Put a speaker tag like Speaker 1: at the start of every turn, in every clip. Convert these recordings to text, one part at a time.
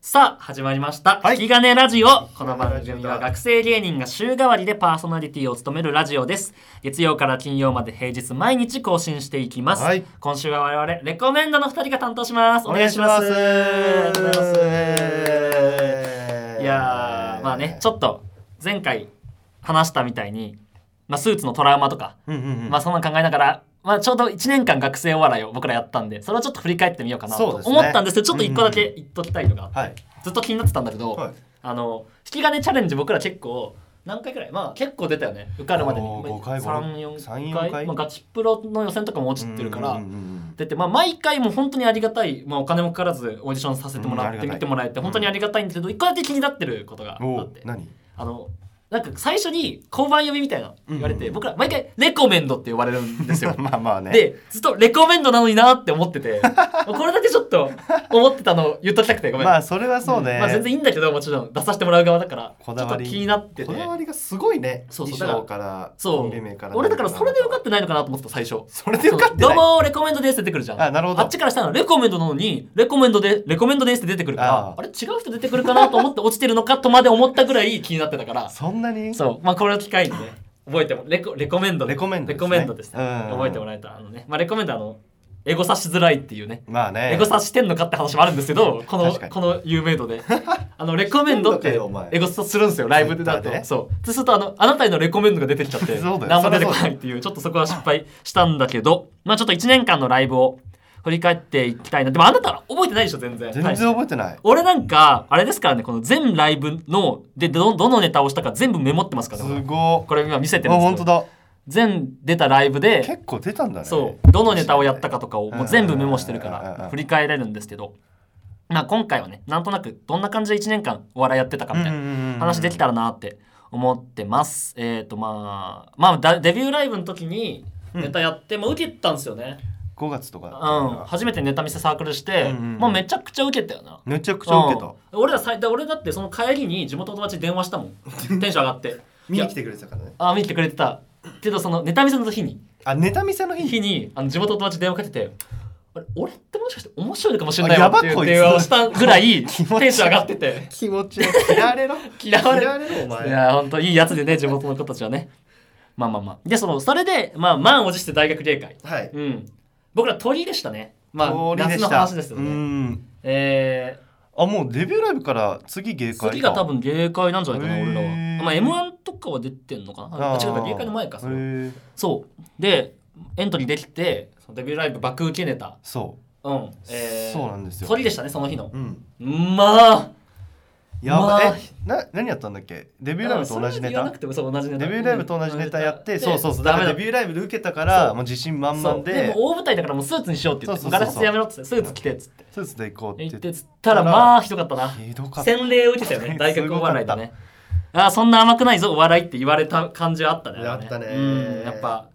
Speaker 1: さあ始まりました「
Speaker 2: はい
Speaker 1: 引き金ラジオ」この
Speaker 2: 金ラ
Speaker 1: 番
Speaker 2: ジオだ
Speaker 1: 組は学生芸人が週替わりでパーソナリティを務めるラジオです月曜から金曜まで平日毎日更新していきます、
Speaker 2: はい
Speaker 1: 今週は我々レコメンドの2人が担当しますお
Speaker 2: お
Speaker 1: 願
Speaker 2: 願
Speaker 1: い
Speaker 2: い
Speaker 1: し
Speaker 2: し
Speaker 1: ま
Speaker 2: ますす。
Speaker 1: いやーまあねち
Speaker 2: ょっ
Speaker 1: ょっと前回話したみたいに、まあ、スーツのトラウマとか、
Speaker 2: と、うんうんうん
Speaker 1: まあそんなの考えながら、まあ、ちょうど1年間学生お笑いを僕らやったんでそれをちょっと振り返ってみようかなと
Speaker 2: そうですね
Speaker 1: 思ったんですけどちょっと1個だけ言っときたいのが、
Speaker 2: はい、
Speaker 1: ずっと気になってたんだけど、
Speaker 2: はい
Speaker 1: あの引き金チャレンジ僕ら結構何回くらいまあ結構出たよね受かるまでに
Speaker 2: あのー
Speaker 1: まあ
Speaker 2: 5回
Speaker 1: 34
Speaker 2: 3-4
Speaker 1: 回
Speaker 2: 回
Speaker 1: まあ、ガチプロの予選とかも落ちてるから、
Speaker 2: うんうんうん
Speaker 1: 出て、まあ、毎回もう本当にありがたい、まあ、お金もかからずオーディションさせてもら
Speaker 2: うん
Speaker 1: っ
Speaker 2: あり
Speaker 1: て
Speaker 2: がたい
Speaker 1: 見てもらえて本当にありがたいんですけど一個だけ気になってることが
Speaker 2: うん、お
Speaker 1: あっ
Speaker 2: お
Speaker 1: て
Speaker 2: 何
Speaker 1: あのなんか最初に交番呼びみたいな言われ
Speaker 2: うん
Speaker 1: て
Speaker 2: うん。
Speaker 1: 僕ら毎回「レコメンド」って呼ばれるんですよ
Speaker 2: まあ まあね
Speaker 1: でずっとレコメンドなのになって思っててこれだけちょっと思ってたのを言っときたくてごめん、
Speaker 2: まあそれはそうね、
Speaker 1: まあ、全然いいんだけどもちろん出させてもらう側だから
Speaker 2: こだわり
Speaker 1: ちょっと気になって
Speaker 2: こ
Speaker 1: て
Speaker 2: だわりがすごいね
Speaker 1: そうそう
Speaker 2: 衣装から
Speaker 1: そ
Speaker 2: コ
Speaker 1: う
Speaker 2: ンビ名から
Speaker 1: 俺だからそれで受かっててないのかなと思ってた最初
Speaker 2: それで受かって
Speaker 1: ど
Speaker 2: な
Speaker 1: う
Speaker 2: い
Speaker 1: もレコメンドですって出てくるじゃん
Speaker 2: あなるほど
Speaker 1: っちからしたらレコメンドなのにレコメンドでレコメンドですって出てくるから
Speaker 2: あ
Speaker 1: あ
Speaker 2: あ
Speaker 1: れ違う人出てくるかなと思って落ちてるのかとまで思ったぐらい気になってた から
Speaker 2: そんなに
Speaker 1: そうまあこれを機会にね覚えてもレコレコメンド
Speaker 2: レコメンドですね
Speaker 1: レコメンドです、ね
Speaker 2: うん
Speaker 1: 覚えてもらえたらあのねまあレコメンドはあのエゴさしづらいっていうね
Speaker 2: まあね
Speaker 1: エゴさしてんのかって話もあるんですけどこの
Speaker 2: 確かに
Speaker 1: この有名度 であのレコメンドっ
Speaker 2: してん
Speaker 1: て
Speaker 2: のかよお前
Speaker 1: エゴさするんですよライブでだと
Speaker 2: Twitter で
Speaker 1: そうそうするとあのあなたへのレコメンドが出てきちゃって
Speaker 2: そうだよ
Speaker 1: 何も出てこないっていうちょっとそこは失敗したんだけどまあちょっと1年間のライブを振り返っていきたいなでもあなた覚えてないでしょ全然
Speaker 2: 全然覚えてない
Speaker 1: 俺なんかあれですからねこの全ライブのでどどのネタをしたか全部メモってますから
Speaker 2: す
Speaker 1: ね
Speaker 2: ご
Speaker 1: これ今見せ
Speaker 2: い
Speaker 1: てる
Speaker 2: あ
Speaker 1: んです
Speaker 2: 本
Speaker 1: け
Speaker 2: 当
Speaker 1: ど
Speaker 2: だ
Speaker 1: 全出たライブで
Speaker 2: 結構出たんだね
Speaker 1: そうどのネタをやったかとかを
Speaker 2: うん
Speaker 1: もう全部メモしてるか
Speaker 2: うん
Speaker 1: ら振り返れるんですけど、まあ、今回はねなんとなくどんな感じで1年間お笑いやってたかみたいな
Speaker 2: な
Speaker 1: 話できたらなって思ってます、えっ、とまあまあだデビューライブの時にネタやって、もう受けたんですよね、
Speaker 2: 5月とか
Speaker 1: う
Speaker 2: だっ
Speaker 1: ん
Speaker 2: たから
Speaker 1: 初めてネタ見せサークルして、
Speaker 2: うんうんうん
Speaker 1: もうめちゃくちゃ受けたよな
Speaker 2: めちゃくちゃ受けた
Speaker 1: うん俺らさいだ俺だってその帰りに地元の友達に電話したもんテンション上が って
Speaker 2: 見に来てくれてたからね
Speaker 1: あ見に来てくれてたけどそのネタ見せの日に
Speaker 2: あネタ見せの日
Speaker 1: 日にあの地元の友達に電話かけてあれ俺ってもしかして面白いのかもしれない
Speaker 2: あ
Speaker 1: わ
Speaker 2: や
Speaker 1: っ
Speaker 2: ば
Speaker 1: ていう
Speaker 2: こいつ
Speaker 1: 電話をしたぐ らいテン
Speaker 2: 気
Speaker 1: シ
Speaker 2: 持ち悪い
Speaker 1: ョン上がってて
Speaker 2: 気持ちよく嫌われろ
Speaker 1: 嫌われる
Speaker 2: ろお前
Speaker 1: いや本当いいやつでね地元の子たちはねまあまあまあでそのそれでまあ満を持して大学芸会
Speaker 2: はい
Speaker 1: うん僕ら鳥でしたねまあ
Speaker 2: 通りで
Speaker 1: 夏
Speaker 2: した
Speaker 1: の話ですよ
Speaker 2: う
Speaker 1: ね
Speaker 2: ん
Speaker 1: えー
Speaker 2: あもうデビューライブから次芸会か
Speaker 1: 次が多分芸会なんじゃないかな
Speaker 2: へー
Speaker 1: 俺らはまあ m 1とかは出てんのかなあ
Speaker 2: あー
Speaker 1: 違うか芸会の前かそれは
Speaker 2: へー
Speaker 1: そうでエントリーできてそのデビューライブ爆受けネタ
Speaker 2: そ
Speaker 1: うん
Speaker 2: そうなんですよ
Speaker 1: 鳥でしたねその日の
Speaker 2: ううん
Speaker 1: まあ
Speaker 2: やば、
Speaker 1: まあ
Speaker 2: えな何やったんだっけデビューライブと同じネ
Speaker 1: うんそれは言わな
Speaker 2: タ
Speaker 1: くてもそう同じネ
Speaker 2: デ
Speaker 1: タ
Speaker 2: ビューライブと同じネタやって、
Speaker 1: うん
Speaker 2: そうそうそう
Speaker 1: で
Speaker 2: だ
Speaker 1: ダ
Speaker 2: か
Speaker 1: メ
Speaker 2: ら
Speaker 1: だ
Speaker 2: デビューライブで受けたか
Speaker 1: そ
Speaker 2: ら
Speaker 1: う
Speaker 2: もう自信満
Speaker 1: そう
Speaker 2: 々
Speaker 1: で
Speaker 2: で
Speaker 1: も大舞台だからもうスーツにしようって言って
Speaker 2: そうそうそ
Speaker 1: ガ
Speaker 2: う
Speaker 1: ラスやめろっつってスーツ着てっつって
Speaker 2: スーツで行こう
Speaker 1: 言
Speaker 2: っ
Speaker 1: っててっつったらまあひどかったな
Speaker 2: ひどかった
Speaker 1: 洗礼を受けたよ ね大学お笑いでねあーそんな甘くないぞお笑いって言われた感じはあったねれ
Speaker 2: あったね
Speaker 1: うんやっぱ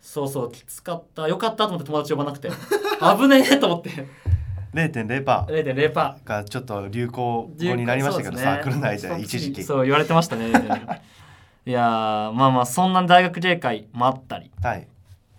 Speaker 1: そうそうきつかったよかったと思って友達呼ばなくて 危ねえと思って
Speaker 2: 0.0パー
Speaker 1: 0.0パー
Speaker 2: がちょっと流行語になりましたけど、
Speaker 1: そう
Speaker 2: サ
Speaker 1: ですね
Speaker 2: ークル内で一時期
Speaker 1: そう言われてました ねいやーまあまあそんな大学芸会もあったり
Speaker 2: はい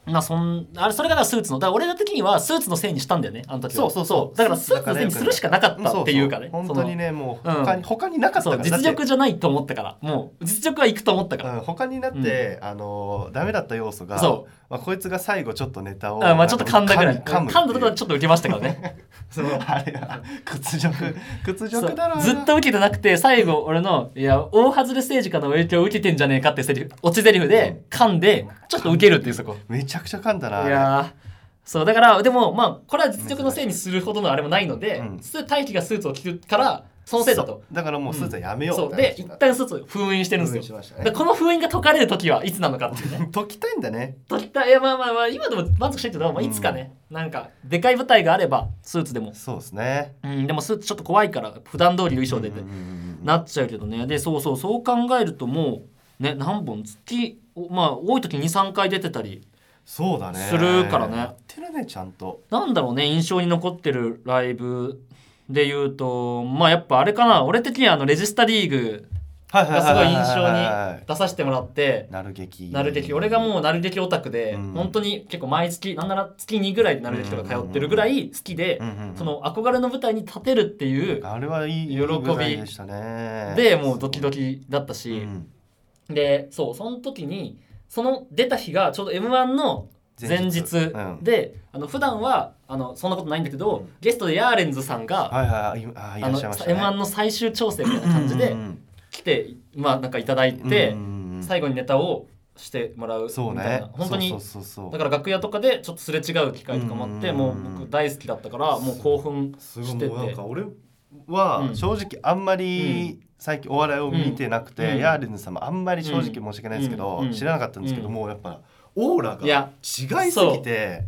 Speaker 1: まあそんあれそれがだからスーツのだから俺の時にはスーツのせいにしたんだよねあの時は
Speaker 2: そうそうそう
Speaker 1: だからスーツのせいにするしかなかったっていうかね
Speaker 2: んそそ本当にねもう
Speaker 1: うん
Speaker 2: 他に,、他になかった
Speaker 1: そ
Speaker 2: か
Speaker 1: う
Speaker 2: ら
Speaker 1: 実力
Speaker 2: だっ
Speaker 1: じゃないと思ったからもう実力は行くと思った
Speaker 2: て
Speaker 1: から、
Speaker 2: うん、他になって、あのーダメだった要素が
Speaker 1: そう
Speaker 2: まあ、こいつが最後ちょっとネタを
Speaker 1: あまあちょっと噛んだぐらい噛
Speaker 2: 噛
Speaker 1: ん
Speaker 2: む
Speaker 1: だところでちょっと受けましたから ね
Speaker 2: そうあれは屈辱屈
Speaker 1: そう
Speaker 2: 辱だろうな
Speaker 1: ずっと受けてなくて最後俺の「いや大外れ政治家の影響を受けてんじゃねえか」ってセリフ落ちセリフで噛んでちょっと受けるっていうそこ
Speaker 2: めちゃくちゃ噛んだ
Speaker 1: い
Speaker 2: な
Speaker 1: やーそうだからでもまあこれは実力のせいにするほどのあれもないので、
Speaker 2: うん
Speaker 1: す大輝がスーツを着るからそのせいだ
Speaker 2: そ
Speaker 1: と
Speaker 2: うだからもうスーツはやめよう
Speaker 1: そう
Speaker 2: って
Speaker 1: で
Speaker 2: 話に
Speaker 1: 一
Speaker 2: なって
Speaker 1: 旦スーツを封印してるんですよ、
Speaker 2: 封印しましたね
Speaker 1: でこの封印が解かれる時はいつなのかっていうね
Speaker 2: 解きたいんだね
Speaker 1: 解きたいいやまあまあまあ今でも満足してるけど、まあ、いつかね、なんかでかい舞台があればスーツでも、
Speaker 2: そうですね
Speaker 1: うん、でもスーツちょっと怖いから普段通りの衣装でて、
Speaker 2: うんうんうんうん
Speaker 1: なっちゃうけどねでそうそうそう考えるともうね何本月おまあ多い時23回出てたり
Speaker 2: そうだね
Speaker 1: するからね
Speaker 2: やってるねちゃんと
Speaker 1: なんだろうね印象に残ってるライブで言うとまあやっぱあれかな俺的にはあのレジスタリーグ
Speaker 2: はいはい
Speaker 1: が
Speaker 2: は
Speaker 1: す
Speaker 2: い
Speaker 1: ご
Speaker 2: はいい
Speaker 1: 印
Speaker 2: はい
Speaker 1: 象に出させてもらって
Speaker 2: なる劇
Speaker 1: なる劇俺がもうなる劇オタクで、
Speaker 2: うん
Speaker 1: 本当に結構毎月なんなら月2ぐらいでなる劇とか通ってるぐらい好きで、
Speaker 2: うんうんうん
Speaker 1: その憧れの舞台に立てるっていう
Speaker 2: あれはいい
Speaker 1: 喜び
Speaker 2: いい舞台でしたね
Speaker 1: でもうドキドキだったし、
Speaker 2: うん
Speaker 1: でそうその時にその出た日がちょうど m 1の前日
Speaker 2: うん
Speaker 1: で、あの普段はあのそんなことないんだけど、
Speaker 2: うん
Speaker 1: ゲストでヤーレンズさんが、
Speaker 2: はいはいはいあい
Speaker 1: あ
Speaker 2: ら
Speaker 1: の
Speaker 2: っしゃ
Speaker 1: m
Speaker 2: いましたね
Speaker 1: 1の最終調整みたいな感じで
Speaker 2: うんうん
Speaker 1: 来て、まあなんかいただい
Speaker 2: うん
Speaker 1: て、
Speaker 2: うんうんうん
Speaker 1: 最後にネタをしてもらうみた
Speaker 2: そう
Speaker 1: いな、
Speaker 2: ね
Speaker 1: 本当に
Speaker 2: そうそうそう
Speaker 1: だ
Speaker 2: そう
Speaker 1: から楽屋とかでちょっとすれ違う機会とかもあって、
Speaker 2: うん
Speaker 1: もう僕大好きだったからもう興奮
Speaker 2: す
Speaker 1: し
Speaker 2: ご
Speaker 1: てて
Speaker 2: いもうなんか俺
Speaker 1: う
Speaker 2: は
Speaker 1: ん
Speaker 2: 正直あんまり最近お笑いを見てなくて、
Speaker 1: うん
Speaker 2: ヤーレンズ様あんまり正直申し訳ないですけど、
Speaker 1: うん
Speaker 2: 知らなかったんですけど、
Speaker 1: うん
Speaker 2: もうやっぱオーラ
Speaker 1: いや
Speaker 2: が違いすぎて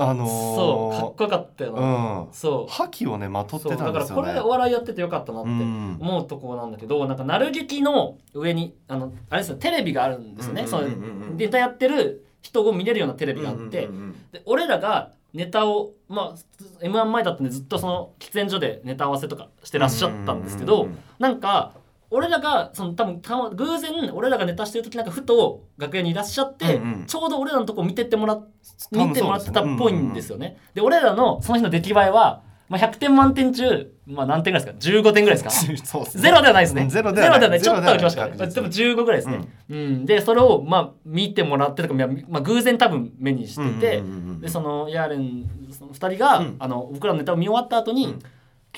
Speaker 2: あのー、
Speaker 1: そうかっこよかったよな、
Speaker 2: うん
Speaker 1: そう
Speaker 2: 覇気をねまとって
Speaker 1: そう
Speaker 2: た
Speaker 1: だ
Speaker 2: ん
Speaker 1: か
Speaker 2: で
Speaker 1: ら
Speaker 2: す
Speaker 1: こ
Speaker 2: よね
Speaker 1: れでお笑いやっててよかったなって
Speaker 2: うん
Speaker 1: 思うとこなんだけどなんかなる劇の上にあのあれですよテレビがあるんですよね、
Speaker 2: うん
Speaker 1: そ
Speaker 2: うん
Speaker 1: の
Speaker 2: うんうん
Speaker 1: ネタやってる人を見れるようなテレビがあって、
Speaker 2: うんうんうんうん
Speaker 1: で俺らがネタをまあ m 1前だったんでずっとその喫煙所でネタ合わせとかしてらっしゃったんですけど、
Speaker 2: うんうんうんうん
Speaker 1: なんか俺らがその多分たま偶然俺らがネタしてる時なんかふと楽屋にいらっしゃって、
Speaker 2: うんうん
Speaker 1: ちょうど俺らのとこ見てってもらっ
Speaker 2: 多分そうですね
Speaker 1: 見てもらってたっぽいんですよね。で俺らのその日の出来栄えは、まあ、100点満点中、まあ、何点ぐらいですか15点ぐらいで すか
Speaker 2: そうっすね
Speaker 1: ゼロではないです
Speaker 2: う
Speaker 1: ね。
Speaker 2: んゼロではない
Speaker 1: ちょっとはきましたね。
Speaker 2: ゼロ
Speaker 1: で
Speaker 2: では
Speaker 1: も
Speaker 2: ない
Speaker 1: 15ぐらいですね。うん、で、それを、まあ、見てもらってとか、まあまあ、偶然多分目にしてて、
Speaker 2: うんうんうんうん
Speaker 1: で、その、ヤーレン、その2人が、
Speaker 2: うん
Speaker 1: あの、僕らのネタを見終わった後に、
Speaker 2: うん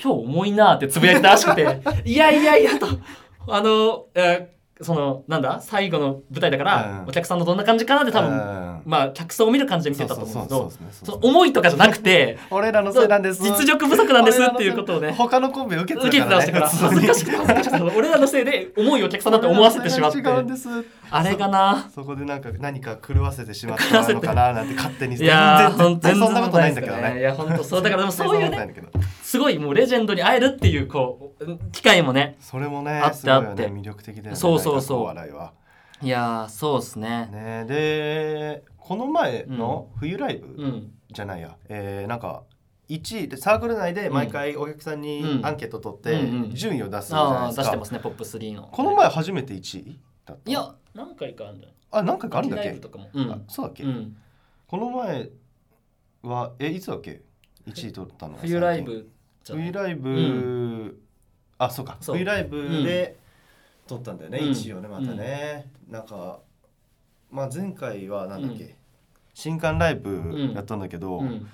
Speaker 1: 今日重いなーってつぶやいたらしく て、いやいやいやと、あの、えーその、なんだ、最後の舞台だから、
Speaker 2: うん
Speaker 1: お客さんのどんな感じかなって多分、
Speaker 2: うん
Speaker 1: まあ、客層を見る感じで見てたと思うんですけ
Speaker 2: そう
Speaker 1: ど
Speaker 2: そうそうそうですね
Speaker 1: その思いとかじゃなく て
Speaker 2: 俺らのせいなんです
Speaker 1: 実力不足なんですっていうことをね
Speaker 2: 他のコンビ受け
Speaker 1: 受
Speaker 2: て
Speaker 1: けて
Speaker 2: たから、
Speaker 1: 出して
Speaker 2: ね、
Speaker 1: から恥ずかしくて恥ずかしくて俺らのせいで重いお客さんだと思わせてしまって
Speaker 2: 俺らのせいが違うんです
Speaker 1: あれがな
Speaker 2: そこでなんか何か狂わせてしまったのかななんて勝手に
Speaker 1: いやー
Speaker 2: 全
Speaker 1: 本当
Speaker 2: 然
Speaker 1: に
Speaker 2: そんなことないんだけど
Speaker 1: い
Speaker 2: ね
Speaker 1: や本当そうだからでもそういうね
Speaker 2: 全然そんなことないんだけど
Speaker 1: すごいもうレジェンドに会えるっていうこう機会もね
Speaker 2: それもね
Speaker 1: あって
Speaker 2: すごいよね
Speaker 1: あって
Speaker 2: 魅力的だよね
Speaker 1: そうそうそう
Speaker 2: 大学お笑いはい
Speaker 1: やーそうですね
Speaker 2: ねでこの前の冬ライブ、
Speaker 1: うん
Speaker 2: じゃないや、えー、なんか1位でサークル内で毎回お客さん
Speaker 1: う
Speaker 2: に
Speaker 1: ん
Speaker 2: アンケート取
Speaker 1: うんう
Speaker 2: っ
Speaker 1: ん
Speaker 2: て順位を出すじゃない
Speaker 1: あ
Speaker 2: で
Speaker 1: あ
Speaker 2: す
Speaker 1: 出してま
Speaker 2: か
Speaker 1: すねポップ3の
Speaker 2: この前初めて1位だった
Speaker 1: いや何回かあるんだよ
Speaker 2: あ何回かあるんだっ
Speaker 1: ライ
Speaker 2: け
Speaker 1: ブとかもうん
Speaker 2: あそうだっけ、
Speaker 1: うん
Speaker 2: この前はえいつだっけ1位取ったの
Speaker 1: 冬ライブじゃない
Speaker 2: 冬ライブ、あそうか
Speaker 1: そう
Speaker 2: 冬ライブで取ったんだよね、
Speaker 1: うん
Speaker 2: 一応ねまたね、なんかまあ前回はなんだっけ、
Speaker 1: う
Speaker 2: 新刊ライブやったんだけど、
Speaker 1: うん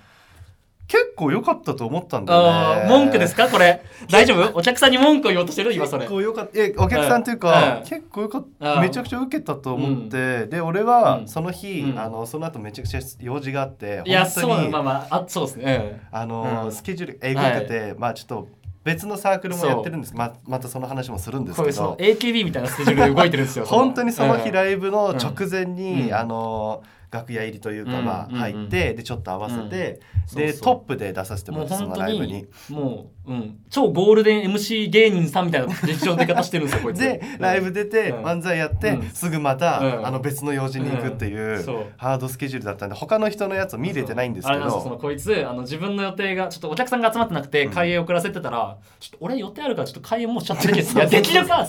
Speaker 2: 結構良かったと思ったんだよ
Speaker 1: あ
Speaker 2: ね
Speaker 1: ー文句ですかこれ大丈夫お客さんに文句を言おうとしてる今それ
Speaker 2: 結構良かったえお客さんという
Speaker 1: う
Speaker 2: か
Speaker 1: ん、
Speaker 2: 結構良かっ
Speaker 1: うん
Speaker 2: ためちゃくちゃ受けたと思って、で俺はその日、
Speaker 1: うん
Speaker 2: あのその後めちゃくちゃ用事があって
Speaker 1: いや
Speaker 2: 本当
Speaker 1: そう
Speaker 2: に
Speaker 1: まあまああそうですね、
Speaker 2: あのー
Speaker 1: うん
Speaker 2: スケジュールえぐくて、まあちょっと別のサークルもやってるんですままたその話もする
Speaker 1: う
Speaker 2: ん
Speaker 1: ん、
Speaker 2: で
Speaker 1: こ
Speaker 2: す
Speaker 1: うい
Speaker 2: け
Speaker 1: うその
Speaker 2: ど
Speaker 1: AKB みたいなスケジュールで動いてるんですよ
Speaker 2: 本当にその
Speaker 1: う
Speaker 2: 日
Speaker 1: ん
Speaker 2: ライブの直前に、
Speaker 1: うん
Speaker 2: あのー楽屋入りというか、
Speaker 1: うん
Speaker 2: まあ、入っ
Speaker 1: う
Speaker 2: て、
Speaker 1: んうん
Speaker 2: でちょっと合わせて、
Speaker 1: そう
Speaker 2: で
Speaker 1: そう
Speaker 2: トップで出させても
Speaker 1: も
Speaker 2: ら
Speaker 1: う
Speaker 2: ってそ
Speaker 1: 本
Speaker 2: の
Speaker 1: 当
Speaker 2: ライブに
Speaker 1: に。もう、うん、超ゴールデン MC 芸人さんみたいな劇場の出方してるんですよこいつ
Speaker 2: でライブ出て
Speaker 1: うん
Speaker 2: 漫才やって、
Speaker 1: うん
Speaker 2: すぐまた、
Speaker 1: うん
Speaker 2: あの別の用事に行くっていう、
Speaker 1: うんそう
Speaker 2: ハードスケジュールだったんで他の人のやつ見れてないんです
Speaker 1: あ
Speaker 2: け
Speaker 1: れなんですよその
Speaker 2: ど
Speaker 1: こいつあの自分の予定がちょっとお客さんが集まってなくて開演遅らせてたら、ちょっと俺予定あるからちょっと開演もうしちゃってるけどいやできるか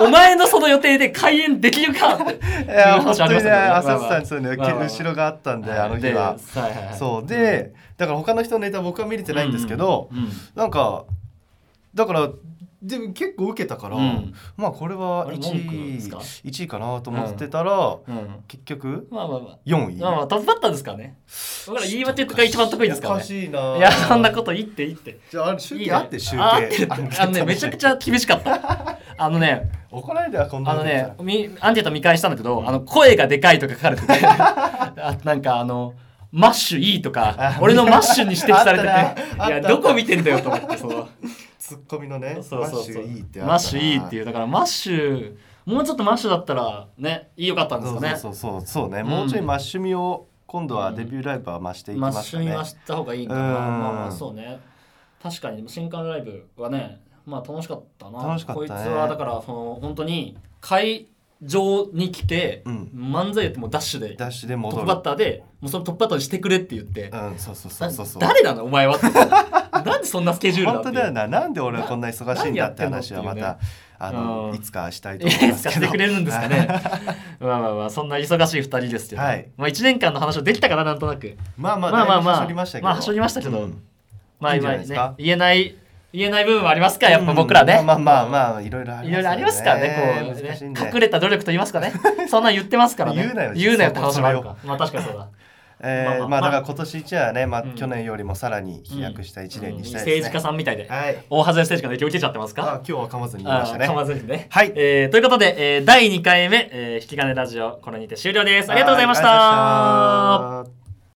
Speaker 1: お前のその予定で開演できるかって
Speaker 2: いや本
Speaker 1: 話
Speaker 2: 当
Speaker 1: ありま
Speaker 2: に
Speaker 1: し
Speaker 2: ね
Speaker 1: たね
Speaker 2: 朝日さんですよね、
Speaker 1: まあまあまあ
Speaker 2: 後ろがあったんで、あの日は。
Speaker 1: ではいはいはい
Speaker 2: そうで、だから他の人のネタ僕は見れてないんですけど、
Speaker 1: うんうん
Speaker 2: なんかだからでも結構受けたから、
Speaker 1: うん
Speaker 2: まあこれ
Speaker 1: あ
Speaker 2: は
Speaker 1: れ文句ですか
Speaker 2: 1位一位かなと思ってたら、
Speaker 1: うん
Speaker 2: 結局
Speaker 1: まあまあまあ
Speaker 2: 4位。
Speaker 1: まあまあ、トップバッターですからね。だから言い訳とか一番得意ですから
Speaker 2: お
Speaker 1: ね
Speaker 2: か。しいないい
Speaker 1: や、そんなこと言って言って。
Speaker 2: じゃああれ集計あって集計
Speaker 1: あってるあのね、めちゃくち
Speaker 2: ゃ
Speaker 1: ゃ厳しか った。あのね、
Speaker 2: 怒られたよこんな
Speaker 1: あの
Speaker 2: や
Speaker 1: ね
Speaker 2: つ、
Speaker 1: みアンケート見返したんだけど、あの、声がでかいとか書かれてて、 あなんかあの、マッシュいいとか、俺のマッシュに指摘されて
Speaker 2: あった
Speaker 1: て、
Speaker 2: ないあ
Speaker 1: や、
Speaker 2: った
Speaker 1: どこ見てんだよと思って、その、
Speaker 2: ツッコミのね
Speaker 1: そうそうそう
Speaker 2: マッシュいいってあったな
Speaker 1: マッシュいいっていう、だからマッシュ、もうちょっとマッシュだったら、ね、いいよかったんですよね。
Speaker 2: そうそうそうそうね、もうちょいマッシュ味を今度はデビューライブは増していき
Speaker 1: マ
Speaker 2: ま
Speaker 1: ッ
Speaker 2: す
Speaker 1: シ
Speaker 2: か
Speaker 1: ュ
Speaker 2: ね、
Speaker 1: にはした方がいいかな、
Speaker 2: うん
Speaker 1: まあまあそうね確かに新刊ライブはねまあ楽しかったな
Speaker 2: 楽しかったね
Speaker 1: こいつはだからその本当に会場に来て、
Speaker 2: うん
Speaker 1: 漫才やってもうダッシュでト
Speaker 2: ダッシュで
Speaker 1: ッ
Speaker 2: 戻
Speaker 1: プ
Speaker 2: る
Speaker 1: バッターでもうそのトップバッターにしてくれって言って
Speaker 2: うんそうそうそうそうそう
Speaker 1: 誰なのお前はって 誰なんでそんなスケジュールだ
Speaker 2: 本当だよななんで俺はこんな忙しいんだって
Speaker 1: な
Speaker 2: 話はま
Speaker 1: 何やった
Speaker 2: あ
Speaker 1: う
Speaker 2: の
Speaker 1: ん
Speaker 2: いつかしたいと
Speaker 1: い
Speaker 2: 思いま
Speaker 1: つ
Speaker 2: す
Speaker 1: か
Speaker 2: け
Speaker 1: し
Speaker 2: ど
Speaker 1: てくれるんですかねまあまあまあそんな忙しい2人ですけど、
Speaker 2: はい
Speaker 1: まあ、1年間の話をできたかななんとなく
Speaker 2: まあまあ
Speaker 1: まあまあまあ
Speaker 2: だいぶはしょりましたけど
Speaker 1: まあはしょりましたけど
Speaker 2: うん
Speaker 1: まあ
Speaker 2: いいんじゃ
Speaker 1: 今
Speaker 2: ないですか
Speaker 1: ね言えない言えない部分はありますかやっぱ僕らね、
Speaker 2: うんまあまあまあまあいろいろ
Speaker 1: いろいろありますからね、こう
Speaker 2: 難
Speaker 1: ね
Speaker 2: しいんで
Speaker 1: 隠れた努力と言いますか ね、そんなん言ってますからね。
Speaker 2: 言うなよ
Speaker 1: 言うなよって
Speaker 2: そこ
Speaker 1: 話もあるか。まあ確かにそうだ。
Speaker 2: え
Speaker 1: まあま
Speaker 2: ー
Speaker 1: あ
Speaker 2: まあ
Speaker 1: ま
Speaker 2: だ
Speaker 1: あ
Speaker 2: から今年一はねまあ
Speaker 1: うん
Speaker 2: 去年よりもさらに 飛躍した一年にしたいですね
Speaker 1: 政治家さんみたいで、
Speaker 2: はい
Speaker 1: 大外れ政治家の影響受けちゃってます
Speaker 2: あ
Speaker 1: か
Speaker 2: 今日は噛まずに言いま
Speaker 1: あ
Speaker 2: した
Speaker 1: あ、
Speaker 2: ね
Speaker 1: かまずにね。
Speaker 2: はい
Speaker 1: えーということで、えー第2回目、えー引き金ラジオ、これにて終了です。ありがとうございました。
Speaker 2: はいありがとうございました